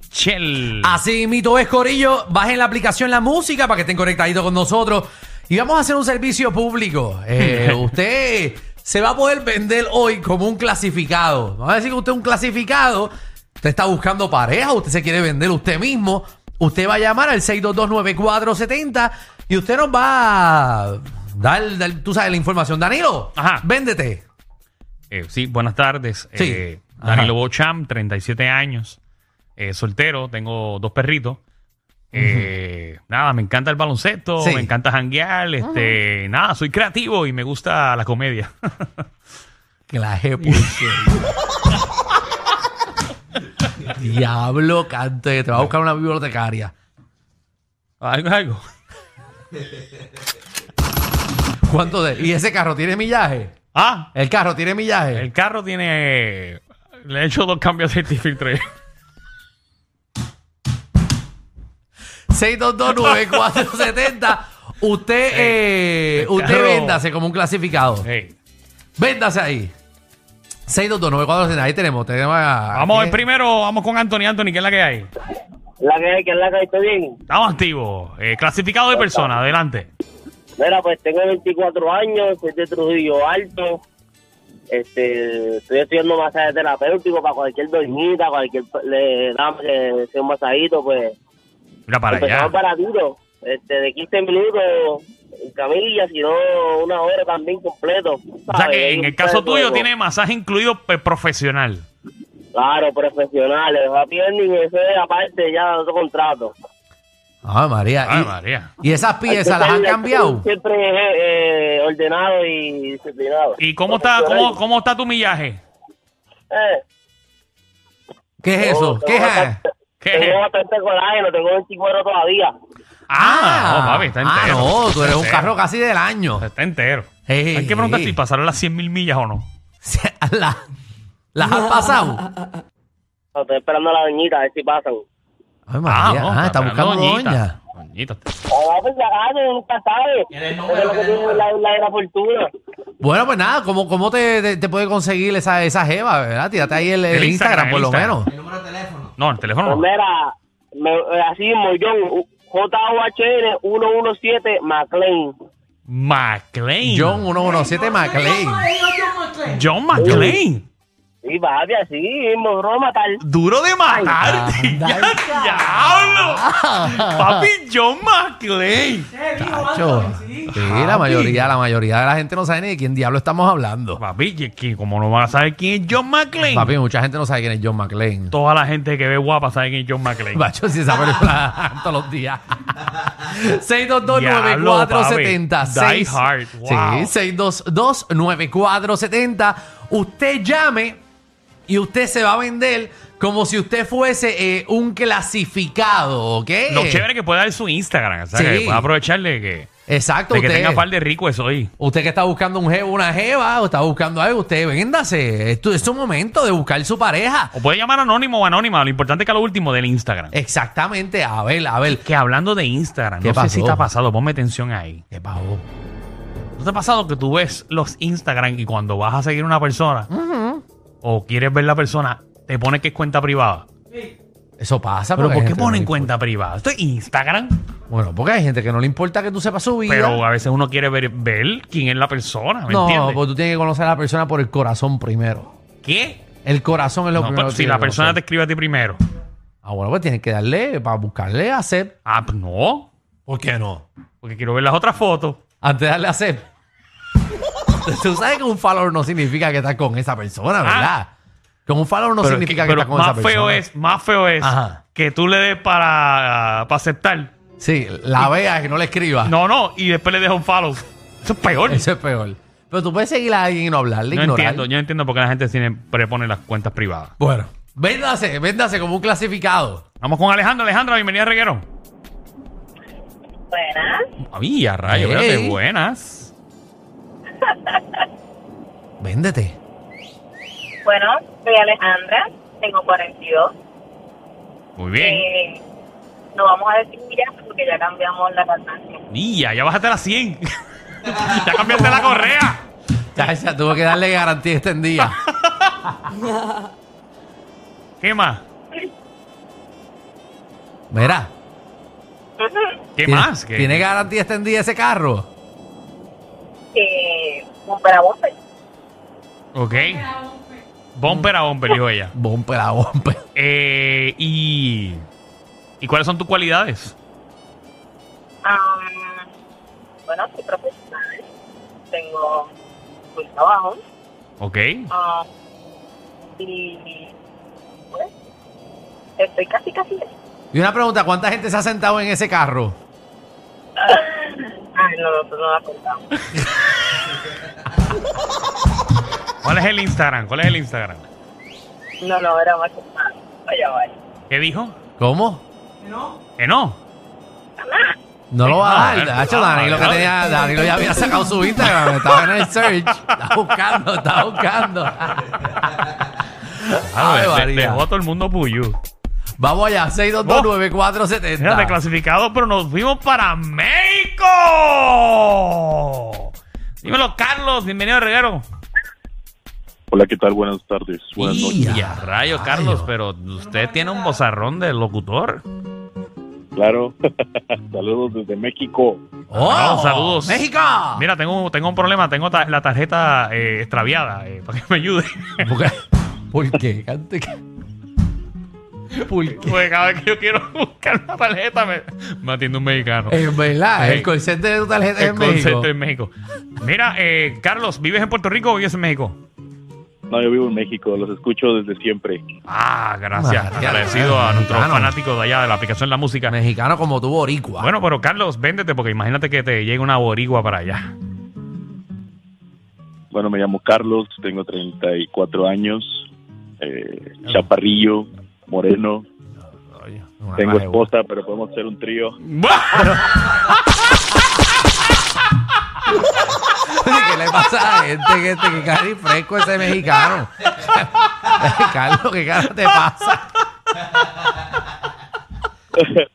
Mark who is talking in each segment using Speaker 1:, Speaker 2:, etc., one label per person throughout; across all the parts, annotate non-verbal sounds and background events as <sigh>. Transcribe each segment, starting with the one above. Speaker 1: Michel.
Speaker 2: Así mito es, Corillo. Bajen la aplicación La Música para que estén conectaditos con nosotros. Y vamos a hacer un servicio público. Eh, usted se va a poder vender hoy como un clasificado. Vamos a decir que usted es un clasificado. Usted está buscando pareja, usted se quiere vender usted mismo. Usted va a llamar al 6229470 y usted nos va a dar, dar- tú sabes, la información. Danilo,
Speaker 1: Ajá.
Speaker 2: véndete.
Speaker 1: Eh, sí, buenas tardes.
Speaker 2: Sí.
Speaker 1: Eh,
Speaker 2: Ajá.
Speaker 1: Danilo Bocham, 37 años, eh, soltero, tengo dos perritos. Eh, Nada, me encanta el baloncesto,
Speaker 2: Sí.
Speaker 1: me encanta janguear, este, nada, soy creativo y me gusta la
Speaker 2: <laughs>
Speaker 1: comedia.
Speaker 2: Claje pulsería. Diablo, cante. Te va a buscar una bibliotecaria.
Speaker 1: algo es algo.
Speaker 2: ¿Cuánto de? ¿Y ese carro tiene millaje?
Speaker 1: Ah,
Speaker 2: ¿El carro tiene millaje?
Speaker 1: el carro tiene. Le he hecho dos cambios de
Speaker 2: <laughs>
Speaker 1: filtro.
Speaker 2: 6229470. Usted, eh,
Speaker 1: el
Speaker 2: usted
Speaker 1: carro- Eh.
Speaker 2: véndase como un clasificado.
Speaker 1: Hey,
Speaker 2: Véndase ahí. 6229470. Ahí tenemos. tenemos a-
Speaker 1: Vamos,
Speaker 2: ¿quién?
Speaker 1: el primero, vamos con Anthony. Anthony, ¿qué es la que hay?
Speaker 3: La que hay, que es la que hay, estoy bien.
Speaker 1: Estamos activos. Eh, clasificado de persona, adelante.
Speaker 3: Mira, pues tengo 24 años, soy de Trujillo Alto. Este, estoy estudiando masaje terapéutico para cualquier doñita, cualquier le, dama que sea un masajito, pues.
Speaker 1: Mira para allá.
Speaker 3: Empezamos baratito, este, de 15 minutos en camilla, si no una hora también completo.
Speaker 1: O sea
Speaker 3: ¿sabes?
Speaker 1: que en
Speaker 3: Ahí
Speaker 1: el caso
Speaker 3: ustedes
Speaker 1: tuyo
Speaker 3: luego.
Speaker 1: tiene masaje incluido pe- profesional.
Speaker 3: Claro, profesionales, happy ending, eso es aparte ya otro contrato.
Speaker 2: Ah, María.
Speaker 1: Ay,
Speaker 2: y,
Speaker 1: María.
Speaker 2: y esas piezas las han
Speaker 3: Siempre-
Speaker 2: cambiado?
Speaker 3: Siempre eh, eh, ordenado y disciplinado.
Speaker 1: ¿Y cómo está, cómo, cómo está tu millaje?
Speaker 3: Eh,
Speaker 2: ¿Qué es eso?
Speaker 3: no,
Speaker 2: ¿Qué es?
Speaker 3: tengo bastante-
Speaker 1: ¿Qué?
Speaker 3: Tengo bastante colágeno, tengo 24 todavía.
Speaker 1: Ah, no, papi, está
Speaker 2: ah,
Speaker 1: entero.
Speaker 2: no, tú eres un
Speaker 1: Está
Speaker 2: carro Eh. casi del año.
Speaker 1: entero. Está entero.
Speaker 2: Ey.
Speaker 1: Hay que preguntar si pasaron las 100 mil millas o no.
Speaker 2: <laughs> Se- la- las
Speaker 1: <laughs>
Speaker 2: han pasado.
Speaker 3: Estoy esperando a la doñita a ver si pasan.
Speaker 2: Ay, María.
Speaker 1: no,
Speaker 2: Ah, está
Speaker 1: esperando
Speaker 2: buscando doña.
Speaker 1: doñita. Doñita.
Speaker 3: Ah, pues ya ganan, nunca sabe. Eso es lo que tiene la isla de la fortuna.
Speaker 2: Bueno, pues nada, ¿cómo, cómo te, te, te puede conseguir esa, esa jeva, verdad? Tírate ahí el, el
Speaker 1: El
Speaker 2: Instagram,
Speaker 1: Instagram,
Speaker 2: por
Speaker 1: el
Speaker 2: lo
Speaker 1: Instagram.
Speaker 2: menos.
Speaker 1: No, el
Speaker 2: Ah.
Speaker 1: teléfono
Speaker 3: Pues
Speaker 1: no.
Speaker 3: mira, me, eh, así mismo, John, JOHN 117 McLean.
Speaker 1: McLean.
Speaker 2: John 117 McLean.
Speaker 1: John McLean.
Speaker 3: Y papi, así mismo, Roma tal.
Speaker 1: Duro de matar.
Speaker 2: Anda, Ah.
Speaker 1: Ya, diablo. Papi, John McLean.
Speaker 2: Tacho. Sí, la
Speaker 1: Papi.
Speaker 2: mayoría, la mayoría de la gente no sabe ni de quién diablo estamos hablando.
Speaker 1: Papi, y es que como no van a saber quién es John McLean,
Speaker 2: Papi, mucha gente no sabe quién es John McLean.
Speaker 1: toda la gente que ve guapa sabe quién es John McLean.
Speaker 2: Macho, si esa película <laughs> todos
Speaker 1: <laughs>
Speaker 2: los días. 6229470.
Speaker 1: Diablo, papi. Die hard. Wow.
Speaker 2: Sí, 6229470. Usted llame y usted se va a vender como si usted fuese eh, un clasificado, ¿ok?
Speaker 1: Lo chévere que puede dar es su Instagram. O sea,
Speaker 2: Sí.
Speaker 1: que puede aprovecharle que,
Speaker 2: Exacto,
Speaker 1: de que
Speaker 2: usted.
Speaker 1: tenga par de rico eso hoy.
Speaker 2: Usted que está buscando un jevo, una jeva, o está buscando algo, usted véndase. Esto es su momento de buscar su pareja.
Speaker 1: O puede llamar anónimo o anónima. Lo importante es que a lo último del Instagram.
Speaker 2: Exactamente, a ver, a ver.
Speaker 1: Que hablando de Instagram,
Speaker 2: Eh. ¿Qué
Speaker 1: no
Speaker 2: pasó?
Speaker 1: sé si te ha pasado, ponme atención ahí.
Speaker 2: ¿Qué pasó?
Speaker 1: ¿No te ha pasado que tú ves los Instagram y cuando vas a seguir una persona o quieres ver la persona, te pone que es cuenta privada?
Speaker 2: Eso pasa.
Speaker 1: ¿Pero
Speaker 2: porque
Speaker 1: por
Speaker 2: hay
Speaker 1: qué
Speaker 2: gente que no
Speaker 1: ponen
Speaker 2: le
Speaker 1: cuenta privada? Esto es Instagram.
Speaker 2: Bueno, porque hay gente que no le importa que tú sepas su vida.
Speaker 1: Pero a veces uno quiere ver, ver quién es la persona, ¿me
Speaker 2: no,
Speaker 1: entiendes?
Speaker 2: pues tú tienes que conocer a la persona por el corazón primero.
Speaker 1: ¿Qué?
Speaker 2: El corazón es lo
Speaker 1: No,
Speaker 2: primero.
Speaker 1: pero
Speaker 2: que
Speaker 1: si
Speaker 2: tienes
Speaker 1: la
Speaker 2: que
Speaker 1: persona te
Speaker 2: conocer.
Speaker 1: escribe a ti primero.
Speaker 2: Ah, bueno, pues tienes que darle para buscarle hacer.
Speaker 1: Ah, pues no.
Speaker 2: ¿Por qué no?
Speaker 1: Porque quiero ver las otras fotos.
Speaker 2: Antes de darle hacer. <laughs> tú sabes que un follower no significa que estás con esa persona, ¿verdad? Que un follower no
Speaker 1: Ah. Pero es
Speaker 2: significa que,
Speaker 1: pero
Speaker 2: estás con esa
Speaker 1: más
Speaker 2: persona.
Speaker 1: feo es, más feo es
Speaker 2: Ajá.
Speaker 1: que tú le des para, para aceptar.
Speaker 2: Sí, la veas que no le escribas.
Speaker 1: No, no, y después le dejas un follow. Eso es peor.
Speaker 2: Eso es peor. Pero tú puedes seguir a alguien y no hablarle,
Speaker 1: no
Speaker 2: ignorar.
Speaker 1: entiendo, yo entiendo por qué la gente tiene, prepone las cuentas privadas.
Speaker 2: Bueno, véndase, véndase como un clasificado.
Speaker 1: Vamos con Alejandra. Alejandra, bienvenida a Reguero.
Speaker 4: Buenas.
Speaker 1: Ay, a rayo,
Speaker 2: Hey.
Speaker 1: espérate, buenas.
Speaker 2: Véndete.
Speaker 4: Bueno, soy Alejandra, tengo 42.
Speaker 1: Muy bien.
Speaker 4: Eh, no vamos a decir ya porque ya cambiamos la cantancia.
Speaker 1: Y ya, ya bajaste a las 100. <laughs> ya cambiaste la correa.
Speaker 2: Chacha, tuve que
Speaker 1: <laughs>
Speaker 2: darle garantía extendida.
Speaker 1: ¿Qué más?
Speaker 2: Mira.
Speaker 1: ¿Qué
Speaker 2: tiene-
Speaker 1: más? ¿Qué-
Speaker 2: ¿Tiene garantía extendida ese carro?
Speaker 4: Eh, bumper a bumper.
Speaker 1: Ok. Bomber a bomber, dijo ella.
Speaker 2: Bompe la bombe.
Speaker 1: Eh, y, ¿Y cuáles son tus cualidades?
Speaker 4: Ah, bueno, soy profesional. Tengo mi trabajo.
Speaker 1: Ok.
Speaker 4: ah, y pues, estoy casi, casi.
Speaker 2: Y una pregunta, ¿cuánta gente se ha sentado en ese carro?
Speaker 4: Ah, no, no, no la contamos.
Speaker 1: ¿Cuál es el Instagram? ¿Cuál es el Instagram?
Speaker 4: No, no, era más que nada. Vaya, vaya.
Speaker 1: ¿Qué dijo?
Speaker 2: ¿Cómo?
Speaker 1: Que no.
Speaker 2: No lo va a dar.
Speaker 1: Ah,
Speaker 2: Hacho,
Speaker 1: ah,
Speaker 2: Danilo, que
Speaker 1: ah,
Speaker 2: tenía, Danilo ya había sacado su Instagram. Estaba en el search. Está buscando, está buscando. <laughs> Ay,
Speaker 1: Claro, le- le-
Speaker 2: María.
Speaker 1: Ah, dejó a todo el mundo puyú.
Speaker 2: Vamos allá, 6229470.
Speaker 1: Fíjate, clasificado, pero nos fuimos para México. Dímelo, Carlos. Bienvenido, Reguero.
Speaker 5: Hola, ¿qué tal? Buenas tardes. Buenas noches.
Speaker 1: Y a rayos, Carlos, pero usted tiene un bozarrón de locutor.
Speaker 5: Claro. <laughs> Saludos desde México.
Speaker 1: Ah, no, saludos.
Speaker 2: Oh, ¡México!
Speaker 1: Mira, tengo, tengo un problema. Tengo ta- la tarjeta eh, extraviada eh, para que me ayude.
Speaker 2: ¿Por qué? ¿Por qué? Cante que- ¿Por qué?
Speaker 1: Porque cada vez que yo quiero <laughs> buscar la tarjeta me, me atiende un mexicano.
Speaker 2: Es verdad,
Speaker 1: Ey.
Speaker 2: el call center de tu tarjeta es
Speaker 1: El
Speaker 2: en
Speaker 1: call
Speaker 2: México.
Speaker 1: center en México. Mira, eh, Carlos, ¿vives en Puerto Rico o vives en México?
Speaker 5: No, yo vivo en México. Los escucho desde siempre.
Speaker 1: Ah, gracias.
Speaker 2: María,
Speaker 1: Agradecido a nuestros
Speaker 2: mexicano.
Speaker 1: fanáticos de allá de la aplicación La Música.
Speaker 2: Mexicano como tu boricua.
Speaker 1: Bueno, pero Carlos, véndete porque imagínate que te llegue una borigua para allá.
Speaker 5: Bueno, me llamo Carlos, tengo 34 años, eh, chaparrillo, moreno.
Speaker 1: Oye,
Speaker 2: Una
Speaker 5: Tengo
Speaker 2: raja de bola.
Speaker 5: esposa, pero podemos hacer un trío.
Speaker 2: <laughs> ¿Qué le pasa a la gente? Que, este, que, que cari fresco ese mexicano. <laughs> Carlos, ¿qué cara te pasa?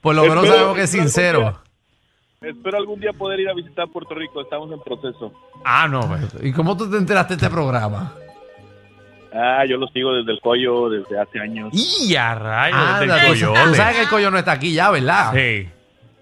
Speaker 2: Por lo menos sabemos que es sincero.
Speaker 5: Espero algún día poder ir a visitar Puerto Rico. Estamos en proceso.
Speaker 1: Ah, no, pues.
Speaker 2: ¿Y cómo tú te enteraste de este programa?
Speaker 5: Ah, yo los sigo desde el pollo, desde hace años.
Speaker 1: ¡Y a rayos! del
Speaker 2: Anda, tú- Ah, tú
Speaker 1: coyote.
Speaker 2: sabes que el collo no está aquí ya, ¿verdad?
Speaker 1: Sí.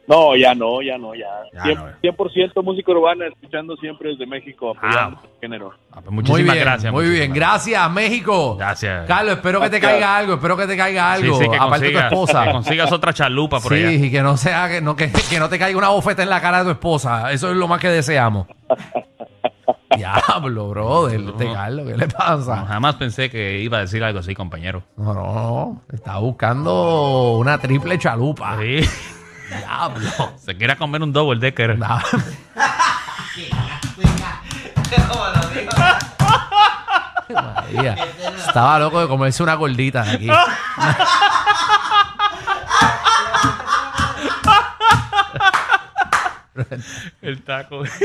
Speaker 5: No, ya no, ya no, ya.
Speaker 1: Ya
Speaker 5: Cien-
Speaker 1: no, eh.
Speaker 5: 100% música urbana, escuchando siempre desde México, apoyando
Speaker 1: Ah.
Speaker 5: el género.
Speaker 1: Ah, pues muchísimas
Speaker 2: muy bien,
Speaker 1: gracias.
Speaker 2: Muy bien,
Speaker 1: muchísimas
Speaker 2: gracias, México.
Speaker 1: Gracias.
Speaker 2: Carlos, espero que te
Speaker 5: Gracias.
Speaker 2: caiga algo, espero que te caiga algo.
Speaker 1: Sí, sí, que
Speaker 2: Aparte de tu
Speaker 1: consigas, <laughs> que
Speaker 2: esposa.
Speaker 1: consigas otra chalupa por allá.
Speaker 2: Sí, y que no sea que no, que, que no te caiga una bofeta en la cara de tu esposa. Eso es lo más
Speaker 1: <laughs>
Speaker 2: que deseamos. Diablo, brother. Este Carlos, ¿qué le
Speaker 1: No,
Speaker 2: pasa?
Speaker 1: jamás pensé que iba a decir algo así, compañero.
Speaker 2: No, no, no. Está buscando una triple chalupa.
Speaker 1: Sí. <laughs>
Speaker 2: Diablo.
Speaker 1: Se quiera comer un double decker.
Speaker 2: Nah.
Speaker 1: <laughs>
Speaker 2: María, estaba loco de comerse una gordita de aquí.
Speaker 1: Ah. El taco. <laughs>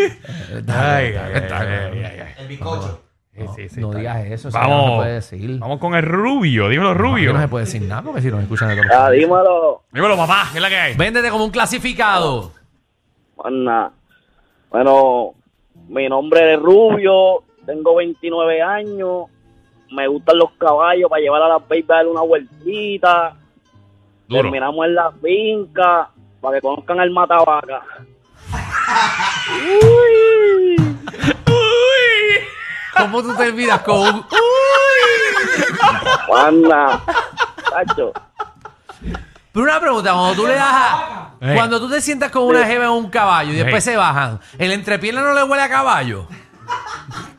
Speaker 2: Ay, ay, ay,
Speaker 1: El bizcocho. Sí, sí, sí,
Speaker 2: no
Speaker 1: está
Speaker 2: digas
Speaker 1: bien.
Speaker 2: eso, eso
Speaker 1: Vamos,
Speaker 2: no se puede decir.
Speaker 1: Vamos con el rubio. Dímelo,
Speaker 2: Aquí
Speaker 1: rubio.
Speaker 2: No se puede decir nada porque si nos escuchan de todos
Speaker 3: Ah,
Speaker 2: lados.
Speaker 3: dímelo,
Speaker 1: Dímelo, papá. ¿Qué es la que hay?
Speaker 2: Véndete como un clasificado.
Speaker 3: Juana. Bueno, mi nombre es Rubio, tengo 29 años, me gustan los caballos para llevar a las baby a dar una vueltita.
Speaker 1: Duro.
Speaker 3: Terminamos en la finca para que conozcan el matavaca.
Speaker 1: Uy.
Speaker 2: ¿Cómo tú te olvidas con un...
Speaker 3: Juana, Tacho,
Speaker 2: Pero una pregunta, cuando tú le das a...
Speaker 1: Ey.
Speaker 2: Cuando tú te sientas con una jeva en un caballo y después
Speaker 1: Ey.
Speaker 2: se bajan, ¿el entrepierna no le huele a caballo?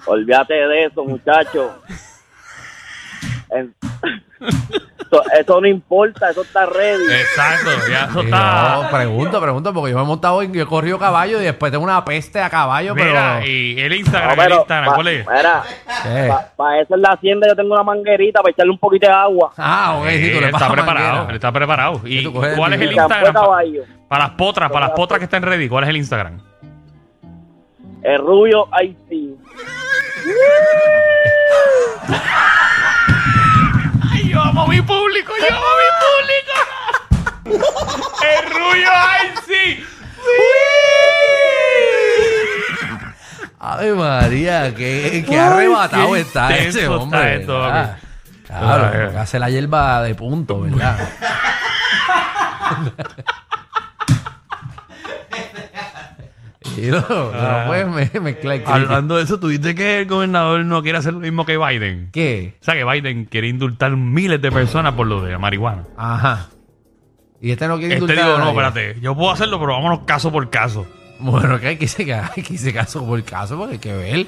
Speaker 3: olvídate de eso, muchacho. En- eso, eso no importa, eso está ready.
Speaker 1: Exacto. Ya eso
Speaker 2: Sí,
Speaker 1: está.
Speaker 2: no, pregunto, pregunto, porque yo me he montado en... Yo he corrido caballo y después tengo una peste a caballo,
Speaker 1: Mira,
Speaker 2: pero...
Speaker 1: y el
Speaker 3: No,
Speaker 1: Instagram, el
Speaker 3: pero
Speaker 1: Instagram,
Speaker 3: pa-
Speaker 1: ¿cuál es?
Speaker 3: mira,
Speaker 2: Eh.
Speaker 3: Para eso en la hacienda yo tengo una manguerita para echarle un poquito de agua.
Speaker 2: Ah, ok, sí,
Speaker 1: Eh,
Speaker 2: tú
Speaker 1: él
Speaker 2: le
Speaker 1: está
Speaker 2: pasas
Speaker 1: preparado, él
Speaker 2: manguera.
Speaker 1: está preparado.
Speaker 2: Que
Speaker 1: ¿Y
Speaker 2: tú coges el
Speaker 1: cuál es el
Speaker 2: dinero.
Speaker 3: Y champú de
Speaker 1: Instagram? Pa-
Speaker 3: caballo.
Speaker 1: para las potras, para las potras que están ready, ¿cuál es el Instagram?
Speaker 3: El rubio Haití.
Speaker 1: ¡Ay, yo amo a mi público! ¡Yo amo a mi público! <laughs> ¡El rubio, ay, sí!
Speaker 2: Ay, María, qué, qué arrebatado
Speaker 1: qué
Speaker 2: está ese
Speaker 1: intenso
Speaker 2: hombre.
Speaker 1: está esto,
Speaker 2: ¿verdad?
Speaker 1: papi.
Speaker 2: Claro,
Speaker 1: Ah,
Speaker 2: <laughs> hace la hierba de punto, ¿verdad? Chilo,
Speaker 1: Ah.
Speaker 2: pero puedes me- mezclar el cricket.
Speaker 1: Hablando de eso, tú dices que el gobernador no quiere hacer lo mismo que Biden.
Speaker 2: ¿Qué?
Speaker 1: O sea, que Biden quiere indultar miles de personas por lo de la marihuana.
Speaker 2: Ajá. Y este no quiere
Speaker 1: Este
Speaker 2: indultar
Speaker 1: digo,
Speaker 2: a
Speaker 1: no,
Speaker 2: nadie.
Speaker 1: espérate, yo puedo hacerlo, pero vámonos caso por caso.
Speaker 2: Bueno, que hay que irse, ca- hay que irse caso por caso porque hay que ver.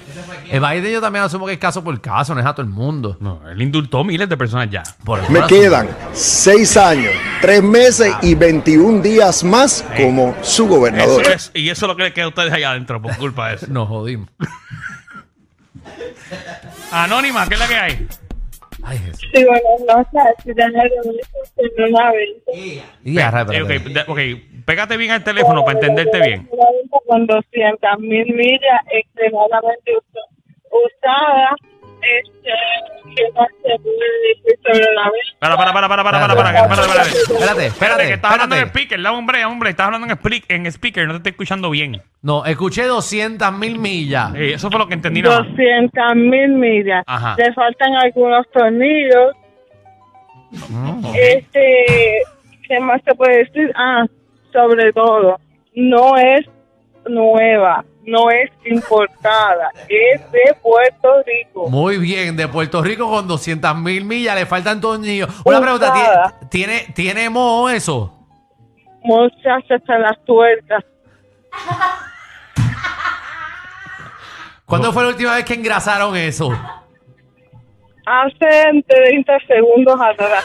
Speaker 2: El Biden yo también asumo que es caso por caso, no es a todo el mundo.
Speaker 1: No, él indultó miles de personas ya.
Speaker 2: Por eso
Speaker 6: Me
Speaker 2: lo
Speaker 6: quedan seis años, tres meses y 21 días más como su
Speaker 1: Eso
Speaker 6: gobernador.
Speaker 1: es- y eso es lo que le queda a ustedes allá adentro por culpa de
Speaker 2: <laughs> asumo.
Speaker 1: eso.
Speaker 2: Nos jodimos.
Speaker 1: Anónima, ¿qué es la que hay?
Speaker 2: Ay, Jesús.
Speaker 4: Sí, bueno, no, o sea, si te dan algo, no la ven.
Speaker 2: Y arra,
Speaker 1: Eh,
Speaker 2: espérate.
Speaker 1: ok, de- ok, pégate bien al teléfono para entenderte bien.
Speaker 4: Con 200 mil millas extremadamente us- usadas, este, que no se puede decir sobre la venta.
Speaker 1: Para, para, para, para, para, para, para, para, para, para.
Speaker 2: Espérate, espérate,
Speaker 1: que estás hablando en
Speaker 2: espérate.
Speaker 1: speaker, la hombre, hombre, estás hablando en speaker, en speaker, no te estoy escuchando bien.
Speaker 2: No, escuché 200 mil millas.
Speaker 1: Eh, eso fue lo que entendí nada más.
Speaker 4: 200 mil millas.
Speaker 1: Ajá.
Speaker 4: Le faltan algunos tornillos.
Speaker 1: Mm.
Speaker 4: Este, ¿qué más te puede decir? Ah, sobre todo, no es nueva, no es importada, es de Puerto Rico.
Speaker 2: Muy bien, de Puerto Rico con 200 mil millas, le faltan tornillos. Una pregunta,
Speaker 4: Usada.
Speaker 2: ¿tie- ¿tiene, tiene moho eso?
Speaker 4: Muchas hasta las tuercas.
Speaker 2: ¿Cuándo fue la última vez que engrasaron eso?
Speaker 4: Hace 30 segundos atrás.